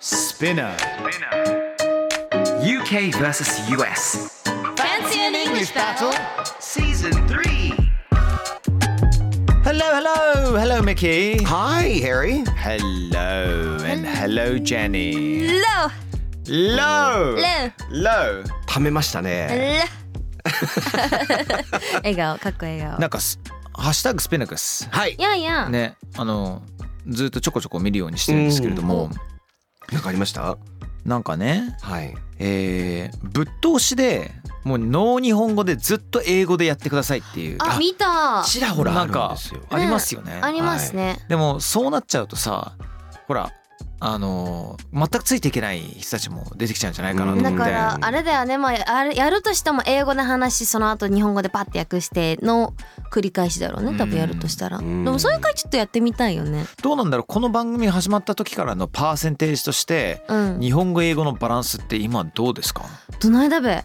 Spinner. UK versus US. Fancy an English Battle. Season 3. Hello, hello, hello, Mickey. Hi, Harry. Hello, and hello, Jenny. Hello Low. Hello Low. ためましたね。 笑顔かっこ笑顔なんかす、ハッシュタグスピナクス。はい。やいやね、あの、ずっとちょこちょこ見るようにしてるんですけれども、なんかありましたなんかね、はい。えー、ぶっ通しで、もうノー日本語でずっと英語でやってくださいっていう。あ見たちらほらなあんるんかですよ。ありますよね。ありますね、でもそうなっちゃうとさほらあのー全くついていけない人たちも出てきちゃうんじゃないかなと思っはて、いだからあれだよねまああれやるとしても英語で話しその後日本語でパッて訳しての繰り返しだろうね多分やるとしたらうでんもそれからちょっとやってみたいよねどうなんだろうこの番組始まった時からのパーセンテージとしてうん日本語英語のバランスって今どうですかどないだべ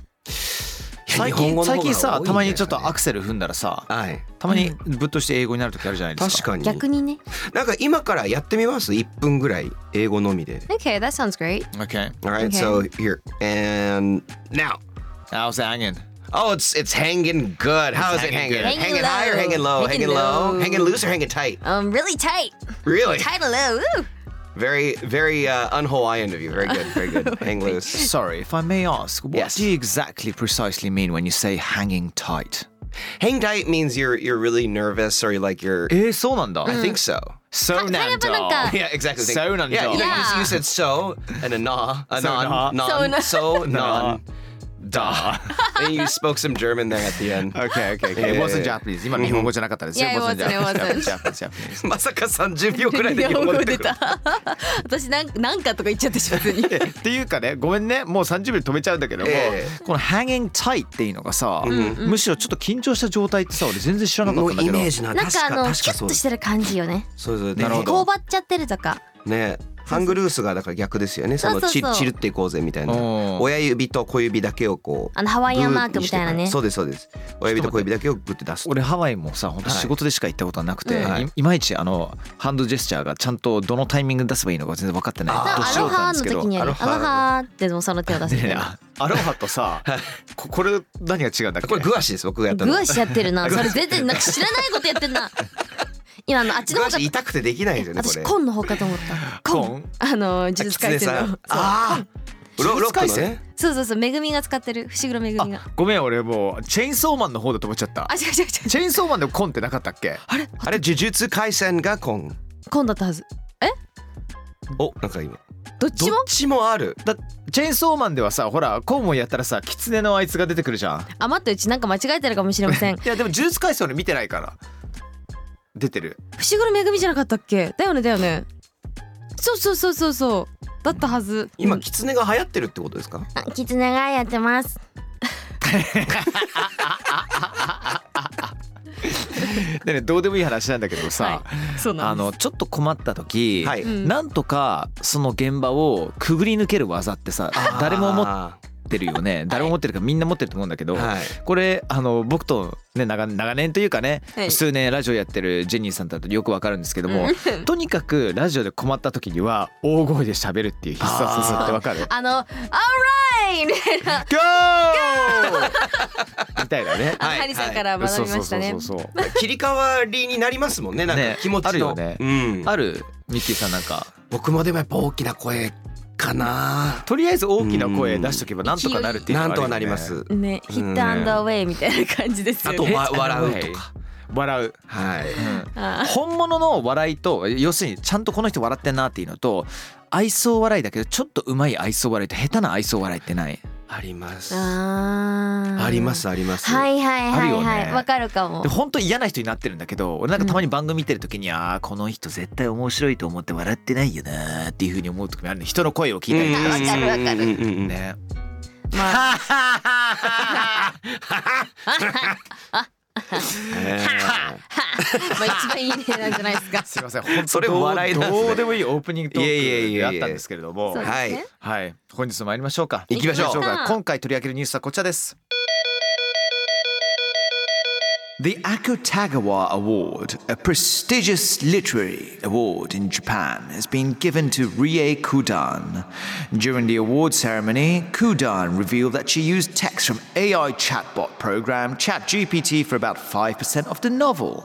最日本近語の方最が近多いさんじゃたなまいにですちかねょっとアクセル踏んだらさはい。たまにぶっとして英語になる時あるじゃないです確か。かに。逆にねなんか今からやってみます1分ぐらい英語のみで。 Okay that sounds great Okay. Alright, Okay. so here. And now. How's that hanging? Oh, it's it's hanging good. How is it hanging? hanging Hanging, good. Hanging high or low. hanging low? Hanging, Hanging low. low. Hanging loose or hanging tight? Um really tight Really? tight and low Woo. Very very uh, un-Hawaiian of you. Very good. Very good. Hang loose. Sorry, if I may ask, what Yes. do you exactly precisely mean when you say hanging tight? Hang tight means you're you're really nervous or you're like you're. えー、そうなんだ。 I think so. so かなんだ。やっぱなんか Yeah, exactly. Think- So nan Yeah, you, know, you- Yeah. you said so and a nah, a So non, nah. non, so Nah. non, da. and you spoke some German there at the end. Okay, okay, okay. Yeah, It wasn't yeah, Japanese. 今の日本語じゃなかったですよ。 Yeah, it wasn't, it Japanese, wasn't. Japanese, Japanese. まさか30秒 くらいで日日本本語語出て出くるた 私なんなんかとか言っちゃってしまったにっていうかね、ごめんね、もう30秒止めちゃうんだけども、えこの hanging tight っていうのがさ、むしろちょっと緊張した状態ってさ、俺全然知らなかっもうたんだけイど。メージななん確かかあの確キかュそッうとしてる感じよねそうそうなるほどこうばっちゃってるとかねハングルースがだから逆ですよねそのそうそうそうち散るっていこうぜみたいなうん親指と小指だけをこうあのハワイアンマークみたいなねグーにしてからそうですそうです親指と小指だけをグッて出す俺ハワイもさ本当はい仕事でしか行ったことはなくて、はいい、いまいちあのハンドジェスチャーがちゃんとどのタイミングで出せばいいのか全然分かってないあーア年ロをたハんでのすけど時にあるアアロロハハーってでもその手を出すみたいいな やアロハとさここれ何が違うんだっけこれグアシです僕がやったのグワしちゃってるな。それ全然なんか知らないことやってんな。今あのあっちのグ方アかシ痛くてできないんですよねこ私れコンの方かと思った。コンあの呪術廻戦の。ああロロックのねそうそうそう。めぐみが使ってる。伏黒めぐみが。ごめん俺もうチェーンソーマンの方だと思っちゃったあ違う違う違チェーンソーマンでもコンってなかったっけあれ呪術廻戦がコンう。コンだったはず。おなんか今どっちどもっちもあるだチェーンソーマンではさほらコウモンやったらさキツネのあいつが出てくるじゃん。あ待ってうちなんか間違えてるかもしれませんいやでも呪術廻戦俺見てないから出てる伏黒めぐみじゃなかったっけ？だよねだよね。そうそうそうそうそう。だったはず。今狐が流行ってるってことですかあキツネがやってます。でねどうでもいい話なんだけどさ、はい。そうなあんです。のちょっと困った時、はいうんなんとかその現場をくぐり抜ける技ってさ誰も持っはてるよね誰も持ってるかみんな持ってると思うんだけど、いこれあの僕と、ね、長長年というかね、はい数年ラジオやってるジェニーさんだとよくわかるんですけども、とにかくラジオで困った時には大声で喋るっていう必殺技ってわかるあの、アライみたいな、ゴー みたいなね。あのはいハリさんから学びましたね。そうそうそう切り替わりになりますもんねなんかね気持ちのあるよねうんそう。あるミッキーさんなんか僕もでもやっぱ大きな声かなとりあえず大きな声出しとけばなんとかなるっていうのなはんあとはるよねなりますね、ヒットアンドアウェイみたいな感じですよあね。とわ笑うえとか笑う。はいあ本物の笑いと要するにちゃんとこの人笑ってんなっていうのと愛想笑いだけどちょっとうまい愛想笑いと下手な愛想笑いってない。あります。ああーりますあります。はいはいはいあはるよいねわかるかもで本当嫌な人になってるんだけど俺なんかたまに番組見てる時に、ああこの人絶対面白いと思って笑ってないよなーっていうふうに思う時もあるね人の声を聞いたりとかわかるわかるうんうんうんうんね。まあ えーまあ一番いいねなんじゃないですか すいません本当それどう笑いなんですねどうでもいいオープニングトいやいやーいやいクであやったんですけれどもそうですねはいはい本日も参りましょうか行きましょう行か今回取り上げるニュースはこちらです The Akutagawa Award, a prestigious literary award in Japan, has been given to Rie Kudan. During the award ceremony, Kudan revealed that she used text from AI chatbot program ChatGPT for about 5% of the novel.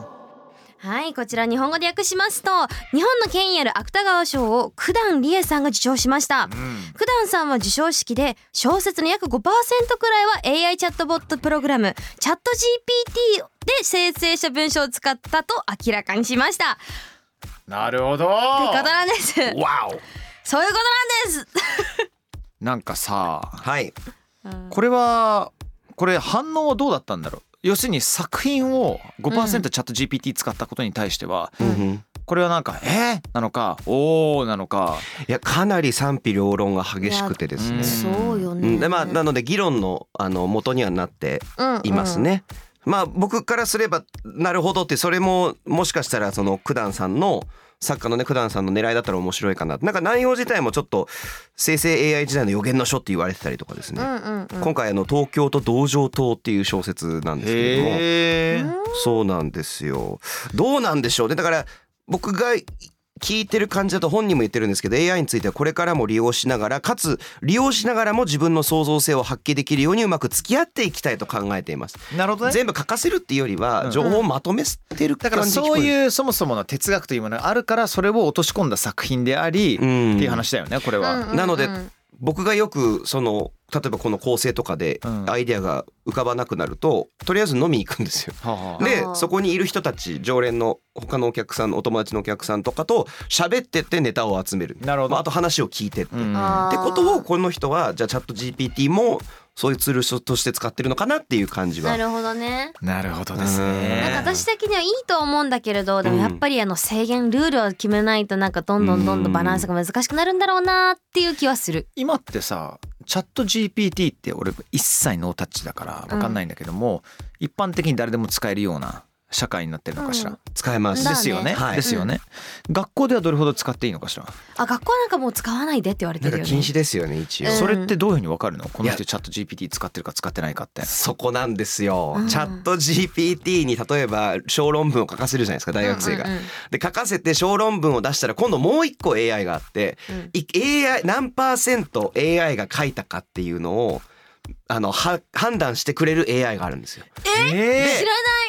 はいこちら日本語で訳しますと日本の権威ある芥川賞を九段理恵さんが受賞しました、九段さんは授賞式で小説の約5%くらいは AI チャットボットプログラムチャット GPT で生成した文章を使ったと明らかにしましたってなるほどことなんですわおそういうことなんですなんかさはい。これはこれ反応はどうだったんだろう要するに作品を5%チャット GPT 使ったことに対しては、これはなんか「えーなのか「おー」なのかいやかなり賛否両論が激しくてですねいや。そうようん、でまあなので議論のあの元にはなっていますね。まあ僕からすればなるほどってそれももしかしたらその九段さんの作家のね九段さんの狙いだったら面白いかななんか内容自体もちょっと生成 AI 時代の予言の書って言われてたりとかですね、今回あの「東京と同情島」っていう小説なんですけれども。へえそうなんですよ。どうなんでしょうね。だから僕が聞いてる感じだと本人も言ってるんですけど AI についてはこれからも利用しながらかつ利用しながらも自分の創造性を発揮できるようにうまく付き合っていきたいと考えています。なるほどね全部書かせるっていうよりうはん情報をまとめてるだ感からじに聞そこうえる。いうそもそもの哲学というものがあるからそれを落とし込んだ作品であり、うんっていう話だよねこれは。なので僕がよくその例えばこの構成とかでうんアイデアが浮かばなくなるととりあえず飲み行くんですよ。はあはあであーそこにいる人たち常連の他のお客さんお友達のお客さんとかと喋ってってネタを集めるなるほどまあ、あと話を聞いてって、うっんあーてことをこの人はじゃあチャット GPT もそういうツールとして使ってるのかなっていう感じはなるほどねなるほどですなんね。か私的にはいいと思うんだけれどでもやっぱりあの制限ルールを決めないとなんかどんどんどんどんバランスが難しくなるんだろうなっていう気はする。今ってさチャット GPT って俺一切ノータッチだから分かんないんだけども、一般的に誰でも使えるような社会になってるのかしら。うん使えまうすんだでねすよね。はいですよね、学校ではどれほど使っていいのかしら。あ学校なんかもう使わないでって言われてなんるかよ禁ね。止ですよね一応、うんそれってどういうふうに分かるのこの人チャット GPT 使ってるか使ってないかって。そこなんですよ、うんチャット GPT に例えば小論文を書かせるじゃないですか大学生が。うんうんうんで書かせて小論文を出したら今度もう一個 AI があって、うんい AI 何パーセント AI が書いたかっていうのをあのは判断してくれる AI があるんですよ。えで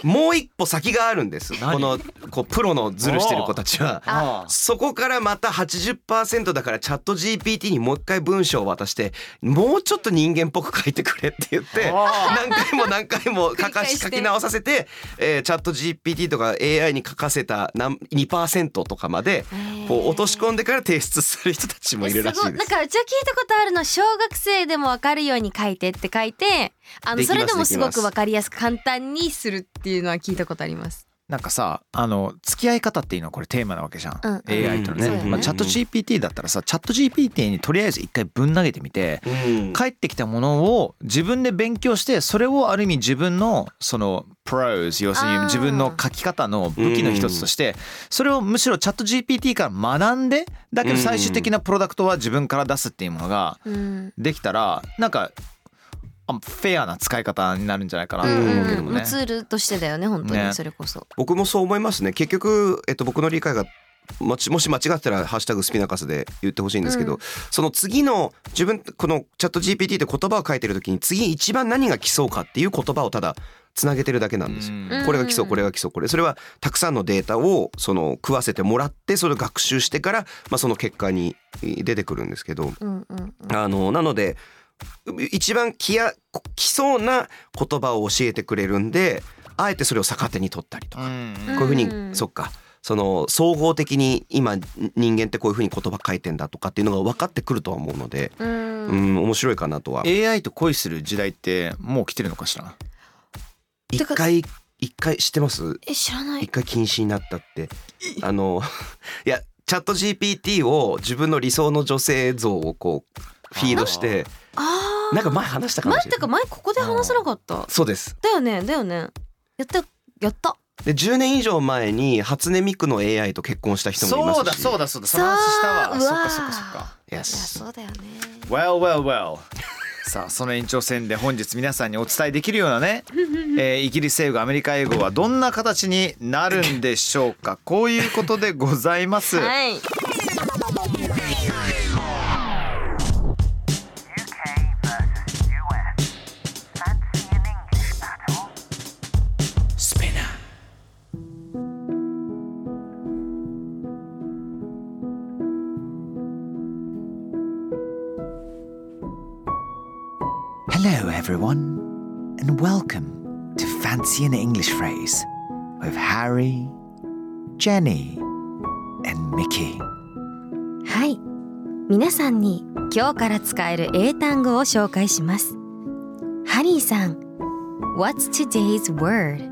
もう一歩先があるんです。何このこうプロのズルしてる子たちは。あそこからまた80%だからチャット GPT にもう一回文章を渡してもうちょっと人間っぽく書いてくれって言って何回も何回も書か繰り返しして書き直させて、えーチャット GPT とか AI に書かせた何2%とかまでこう落とし込んでから提出する人たちもいるらしいですえごなんす。かうちは聞いたことあるの小学生でもわかるように書いてって書いてあのできそますれでもすごできまくすわかりやすく簡単にするっていうのは聞いたことあります。なんかさあの付き合い方っていうのはこれテーマなわけじゃん、うん AI とのそうねだ、ねまあ、チャット GPT だったらさチャット GPT にとりあえず一回ぶん投げてみてうん返ってきたものを自分で勉強してそれをある意味自分のそのプロズ要するあにー自分の書き方の武器の一つとしてそれをむしろチャット GPT から学んでだけど最終的なプロダクトは自分から出すっていうものがうん。できたらなんかあフェアな使い方になるんじゃないかなうとん思うけうどんもうん。ねもう。ツールとしてだよね本当にねそれこそ。僕もそう思いますね結局、えっと、僕の理解がもちもし間違ってたら「ハッシュタグスピナカス」で言ってほしいんですけど、うんその次の自分このチャット GPT って言葉を書いてる時に次一番何が来そうかっていう言葉をただつなげてるだけなんですよ。うんこれが基礎これが基礎これそれはたくさんのデータをその食わせてもらってそれを学習してから、まあ、その結果にえー出てくるんですけどうんうんうん。あのなので一番来や来そうな言葉を教えてくれるんであえてそれを逆手に取ったりとかうんこういうふうに、うんそっかその総合的に今人間ってこういうふうに言葉書いてんだとかっていうのが分かってくるとは思うので、う。うんん、面白いかなとは AI と恋する時代ってもう来てるのかしら一回一回知ってますえ、知らな一い。回禁止になったってあのいやチャット GPT を自分の理想の女性像をこうフィードしてああ。なんか前話したかも前しっれてなかい前ここで話さなかった。そうですだよね、だよね。やった、やった。で10年以上前に初音ミクの AI と結婚した人もいますしそうだそうだそうだその話したわさそっあうわかそっかそっいかやいや、そうだよね。 Well well well さあその延長線で本日皆さんにお伝えできるような ね、えーイギリス英語アメリカ英語はどんな形になるんでしょうかこういうことでございます、はい。 Hello, everyone, and welcome to Fancy an English Phrase with Harry, Jenny, and Mickey. はい皆さんに今日から使える英単語を紹介しますハリーさん What's today's word?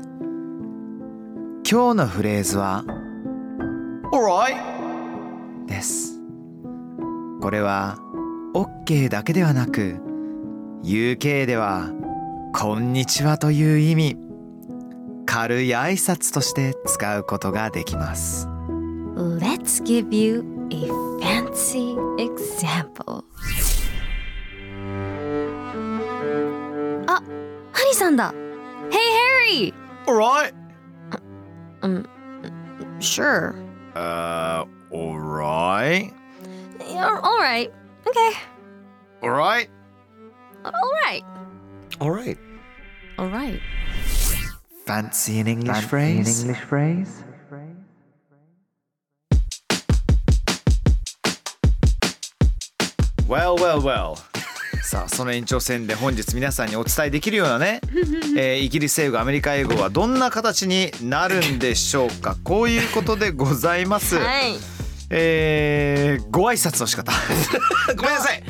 今日のフレーズは Alright ですこれは OK だけではなく UK では「こんにちは」という意味軽い挨拶として使うことができます Let's give you a fancy example あ、ハリーさんだ Hey Harry! Alright うん Sure あ Alright Yeah, alright Okay Alright Alright Alright Alright Fancy an English phrase? Well well well さあその延長線で本日皆さんにお伝えできるような ね、えーイギリス英語アメリカ英語はどんな形になるんでしょうかこういうことでございます、はいえー、ご挨拶の仕方ごめんなさい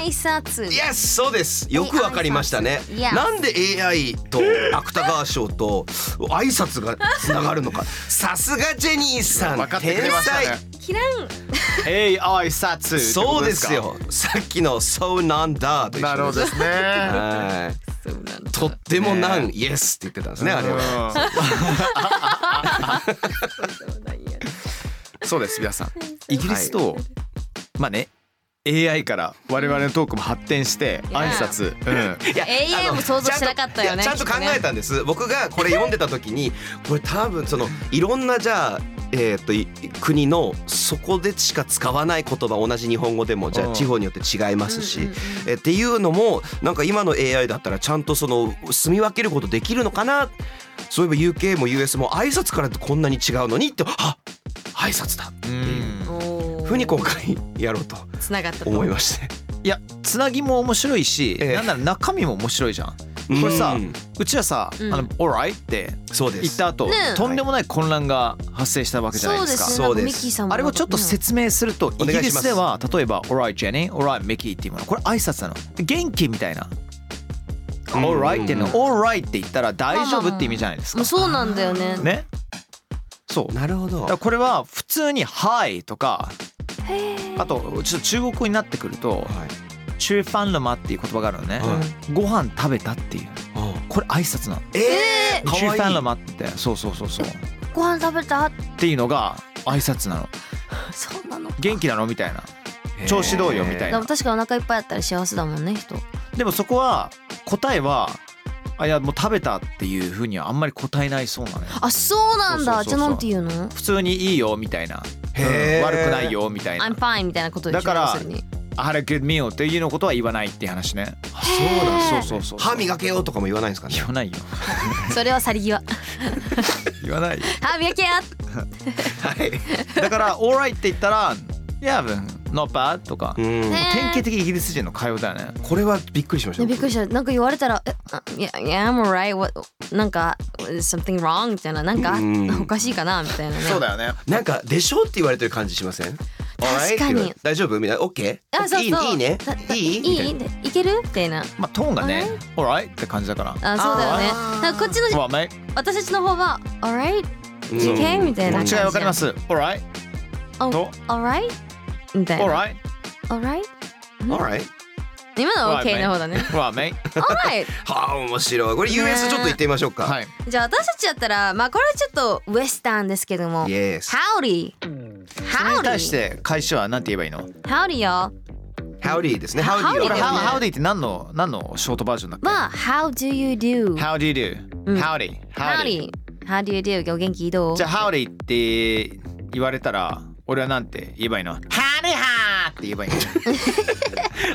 挨拶イエスそうですよくわかりましたね Yes なんで AI と芥川賞と挨拶がつながるのかさすがジェニーさん分かってく天れました才ねキラン AI 拶そうですよさっきの「そうなんだ」と一緒ですなるほどですね はいそうなんだとってもなん、イエスって言ってたんですねあれはそうです皆さん イギリスと、まあね AI から我々のトークも発展していや挨拶、うん、いや AI あのも想像してなかったよねちゃんといきやちゃんっとねと考えたんです僕がこれ読んでた時にこれ多分そのいろんなじゃあえー、とい国のそこでしか使わない言葉同じ日本語でもじゃうあん地方によって違いますし、うんうんうんえっていうのもなんか今の AI だったらちゃんとその住み分けることできるのかなそういえば UK も US も挨拶からこんなに違うのにってあ挨拶だっていうふうに今回やろうとつながったと思いまして。いやつなぎも面白いし、ええなんなら中身も面白いじゃんこれさうんうちはさ「うんあの alright」ってそうで言っすた後、ねえとんでもない混乱が発生したわけじゃないそうでですか。すねそうですなんかミッキーさんもあれをちょっと説明すると、イ願いギしますリスでは例えば「Alright Jenny」「Alright Mickey」っていうものこれ挨拶なの「元気」みたいな「うん Alright」っていうの「Alright」って言ったら「大丈夫」って意味じゃないですかもう。そうなんだよねねそうだなるほどからこれは普通に「Hi」とかへーあとちょっと中国語になってくるとはい「チューファンルマ」っていう言葉があるのねはご飯食べたっていうこれ挨拶なのえチューファンルママってそうそうそうそうっご飯食べたていうのが挨拶なのそうなの元気なのみたいな調子どうよみたいでなも確かにお腹いっぱいあったら幸せだもんね人でもそこは答えはあいやもう食べたっていうふうにはあんまり答えないそうなのよあそうなそうそうんだそうそうじゃあなんて言うの普通にいいよみたいな、へーうん悪くないよみたいな I'm fine みたいなことでしょだから要するに I had a good meal っていうのことは言わないっていう話ねそうなんそうそうそうそう歯磨けようとかも言わないんですかね言わないよそれは去り際言わないよ歯磨けやはいだから alright って言ったら Yeah not bad とか、うんね典型的イギリス人の会話だよねこれはびっくりしましたね、よびっくりした。なんか言われたら、え、あ yeah, yeah, I'm alright. What- なんか、something wrong? みたいな、なんかうん、おかしいかなみたいなね。だよねなんかでしょって言われてる感じしません確かに Alright って言われて大丈夫みたいな OK あ、そうそう。いいいいねだだいいいみたいいいなでけるみたいな。まあトーンがね alright って感じだからあ、そうだよねあー。なんかこっちの、 Well, mate 私たちの方は、alright? うん GK? みたいなこの感じ。違いわかります alright あと alright? みたいな。 alright alright? Alright 今のは Alright, OK mate の方 だね。 well mate alright! はあ面白いこれ US ちょっと行ってみましょうか、はいじゃあ私たちだったら、まあこれはちょっとウエスタンですけども。イエス Howdy! それに対し Howdy! て会社はなんて言えばいいの Howdy よ。ハウディですねハウ Howdy ディこだれよね how, how do you って何の何のショートバージョンだっけ、は、How do you do? How do you do? うん Howdy. Howdy. Howdy! How do you do? お元気どうじゃあ Howdy って言われたら俺はなんて言えばいいの ?Howdy ha! って言えばいいの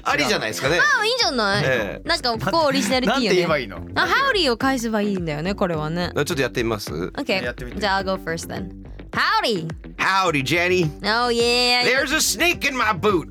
ありじゃないですかねあいいんじゃない、えなんかここオリジナリテなんてィ言えよばね。いいのあ、ハウリーを返せばいいんだよね、これはね。ちょっとやってみます OK やってみ。てじゃあ、I'll go first then. Howdy! Howdy Jenny Oh yeah! There's a snake in my boot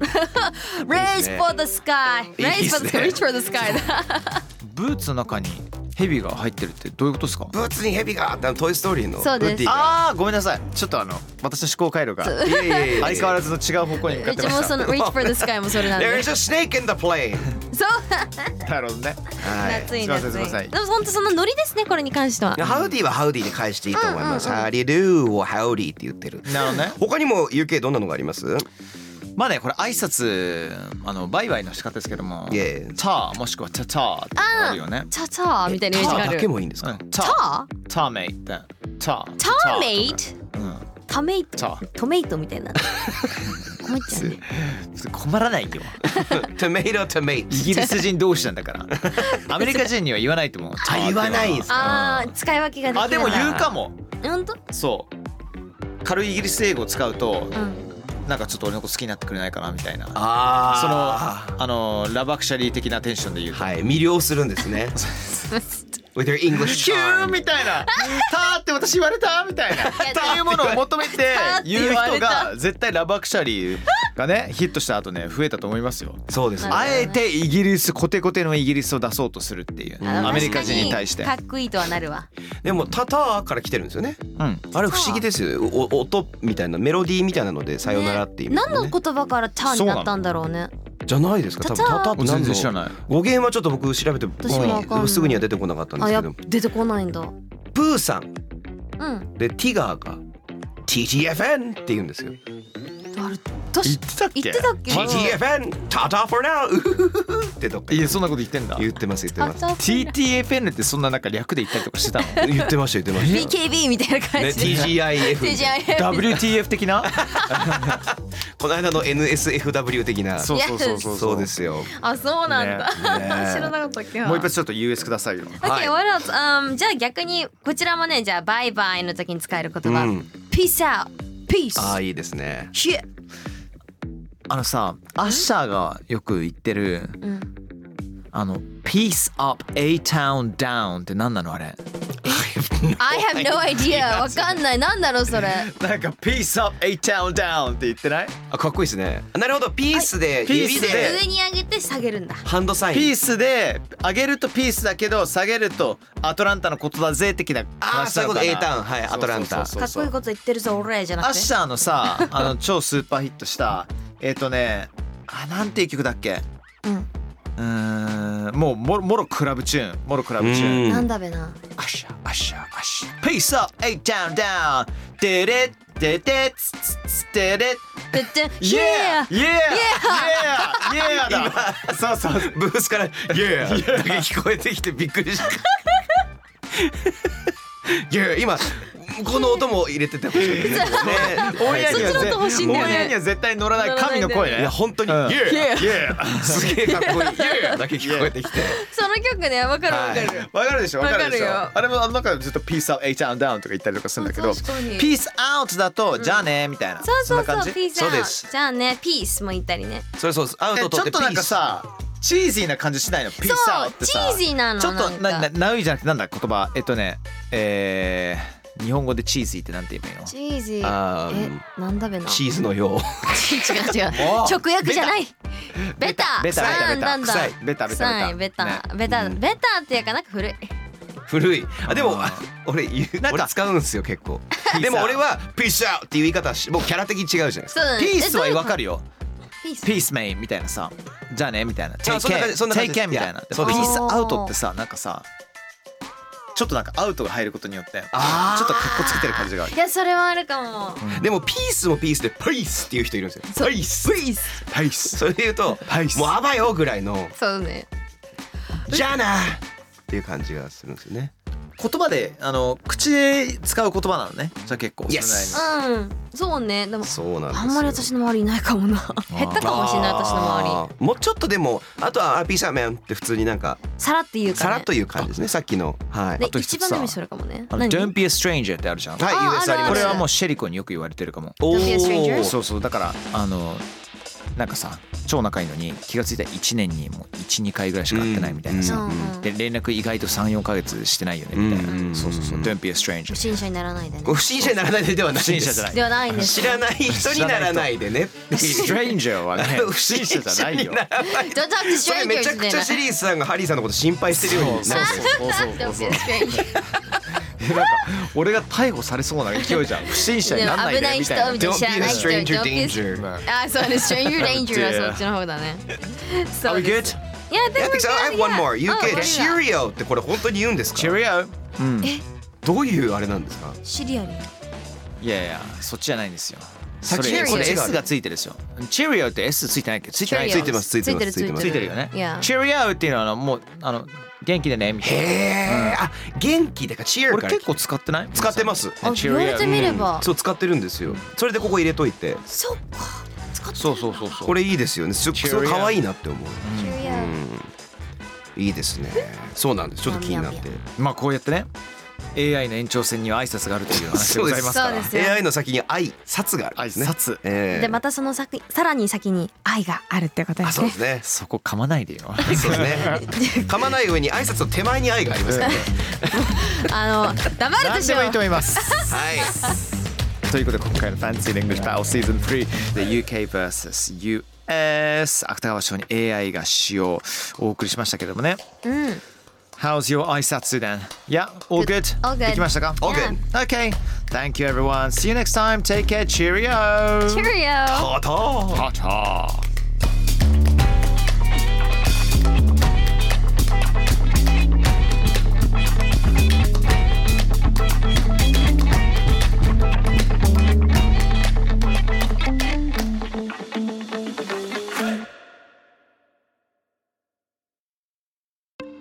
Race for the sky! いい Race っす for the ね sky! Reach for the sky! ブーツの中にヘビが入ってるってどういうことですかブーツにヘビがあのトイストーリーのそうですウッディがあーごめんなさいちょっとあの私の思考回路がいやいやいや相変わらずの違 う方向に向かうってちましもたその Reach for the sky もそれなんで。 There's a snake in the plane そうなるほどねはい夏いすいませ夏んすいませい。んでも本当そのノリですね、これに関しては。ハウディはハウディで返していいと思います、ハウディドゥをハウディって言ってるなるほどね他にも UK どんなのがありますまあねこれ挨拶あのバイバイの仕方ですけども Yeah ターもしくはタターってあるよねチャチャーみたいなイメージがあだける。もいいんですか、 うんタターターメイってターターメイトトうんタメイトタトメイトみたいな。 困っちゃうね。困ら ないよトメイトトメイトイギリス人同士なんだ からアメリカ人には言わないと思うあ言わないんすああ、使い分けができない。あでも言うかも本当そう軽いイギリス英語を使うとなんかちょっと俺のこと好きになってくれないかなみたいなそのああのラブアクシャリー的なテンションで言うとはい魅了するんですね With your English キュー charm みたいな「たー」って私言われたみたいなっていうものを求めてたーって言言うわ人れたが絶対ラブアクシャリーがねヒットした後ね増えたと思いますよそうですねはあえてイギリスコテコテのイギリスを出そうとするっていうあのアメリカ人に対して確かにかっこいいとはなるわでもタターから来てるんですよねうんあれ不思議ですよお音みたいなメロディーみたいなのでさよならっていう、ね、何の言葉からターになったんだろうねじゃないですか多分タタターターって何の全然知らない語源はちょっと僕調べて私もわかんないすぐには出てこなかったんであすやけっぱど出てこないんだうプーさんんでティガーが TTFN って言うんですよあれ確かたっ言ってたっけ TTFN タタ for now うふふふふってどっかいやそんなこと言ってんだ言ってます言ってますあ TTFN ってそんななんか略で言ったりとかしてた の言ってました言ってました BKB みたいな感ねじで TGIF TGIF WTF 的なこの間の NSFW 的なそうそうそうそうそうですよあそうなんだ知らなかったっけもう一発ちょっと US くださいよ OK what else Um, じゃあ逆にこちらもねじゃあバイバイの時に使える言葉うん Peace out ああ Peace いいですね shit あのさアッシャーがよく言ってるうんあの Peace up A town down って何なのあれ I have no idea わかんないなんだろうそれなんか Peace up A town down って言ってないあかっこいいですねなるほどピースでピー指スでで上に上げて下げるんだハンドサインピースで上げるとピースだけど下げるとアトランタのことだぜ的なああ話そうないのうこかなと A ターンはいアトランタそうかっこいいこと言ってるぞ俺じゃなアッくてシャーのさ あの超スーパーヒットしたえっ、とねあなんていう曲だっけうんうーんもうもろもろクラブチューンもろクラブチューンなうんんだべなアッシャーアッシャーアッシャー Peace up A down down デレッデデッツツツデレッでで Yeah Yeah Yeah Yeah Yeah だそうそうブースから「イエー!」だけ聞こえてきてびっくりした「イエー!」今この音も入れててほしいですねオンエアにはそっちの音欲しいんだよねオンエアには絶対乗らない乗らない神んだよのね声いねや本当に「イうエんー!」 Yeah すげえかっこいい「イエー!」だけ聞こえてきてその曲ねわかるわかる、わかるでしょわかるでしょわかるよあれもあの中でずっと Peace out A town down とか言ったりとかするんだけど確かに Peace out だとじゃあねみたいなそうそんそなうそう感じピースそうでアすウトじゃあねピースも言ったりねそれそうですアウえトちょ取っってとピなんーかスさチーズィーな感じしないのピースアウトってさそうチーズィーなのちょっとななんかなナウイじゃなくてなんだ言葉えっとねえー日本語でチーズイってなんて言えばいいのチーズあーえなんだべなチ違ーズのようう 違う直訳じゃないベタベタベタあーベなタんだ臭いベタベタ臭いベタベタうんベタっていうかなんか古い古いあでもあーあ俺言うなんか俺使うんですよ結構ーでも俺は「ピースアウト」っていう言い方はしもうキャラ的に違うじゃないですかそうだねピースはわかるるよピースピースメインみたいなさじゃあねみたいなあ Take そんな感じ care そんな感 Take じ care みたいないやでそうもでピすースアウトってさなんかさちょっとなんかアウトが入ることによってちょっとあーかっこつけてる感じがあるいやそれはあるかもでもピースもピースで「ピース」っていう人いるんですよ「ピース」ピースピースそれで言うとピ「ーもうあばよ」ぐらいのそうね「じゃあな」っていう感じがするんですよね言葉であの口で使う言葉なのねじゃあ結構 Yes そうんそうねでもそうなんですよあんまり私の周りいないかもな 減ったかもしれない私の周りあーもうちょっとでもあとは「あピースアメン」って普通になんかさらっていうかねさらっという感じですねさっきのはいであと一つ一番でもそれかもねれないあの Don't be a stranger ってあるじゃんはいあー US ありますあるあるこれはもうシェリコによく言われてるかもお Don't be a stranger ーそうそうだからあのなんかさ超仲いいのに気がついたら1年にもう12回ぐらいしか会ってないみたいなさ、うんうんで連絡意外と34か月してないよねみたいな、うんうんうんそうそうそう Don't be a 不 stranger 審者にならないでねこれ不審者にならないでではない不審者じゃない ではないんです知らない人にならないでねって いう Stranger はね 不審者じゃ ないよ不審者にならない Don't talk to それ strangers めちゃくちゃシリーズさんがハリーさんのこと心配してるようになる そうそうそうそうそう俺が逮捕されそうな勢いじゃん不審者にならないでみたいなでも危ない Don't 人知ら be な a い人 stranger Don't be a stranger danger あ、そうね。Stranger Danger は Dear. そっちの方だね。 Are そう we で good? す。いや、でやもってきた I have one more うん俺 UK ら Cheerio ってこれ本当に言うんですか Cheerio うんえどういうあれなんですかシリアル。いやいやそっちじゃないんですよさっそきれこれ Cheerio S がついてるですよ Cheerio って S ついてないっけどついてないついてますついてますついてるついてるよね。 Yeah. Cheerio っていうのはあのもうあの元気でねみたいな。へえあ元気だから Cheer か俺ら結構使ってない？使ってますあ、言われてみれば。そう使ってるんですよそれでここ入れといてそっか。使ってそうそうそうそう。これいいですよねすごく Cheerio すごい可愛いなって思うシリアル。いいですねそうなんですちょっと気になってまあこうやってね AI の延長線には挨拶があるという話でございますかそうらで。すよ。 AI の先に愛殺があるん挨ですね拶。ええで、またその先、さらに先に愛があるってことであす そうねで。すねそこ噛まないでよ。そうですね。噛まない上に挨拶の手前に愛がありますからね。あの、黙ると何しでよもいいうと。思います。はい。ということで今回の Fancy Language Battle Season 3 The UK vs US 芥川賞に AI が使用お送りしましたけどもね。うん。 How's your 挨拶 then? Yeah, all good? All good. できましたか All good. Okay. Thank you everyone. See you next time. Take care. Cheerio. シリアル。あと。 Ta ta. Spotify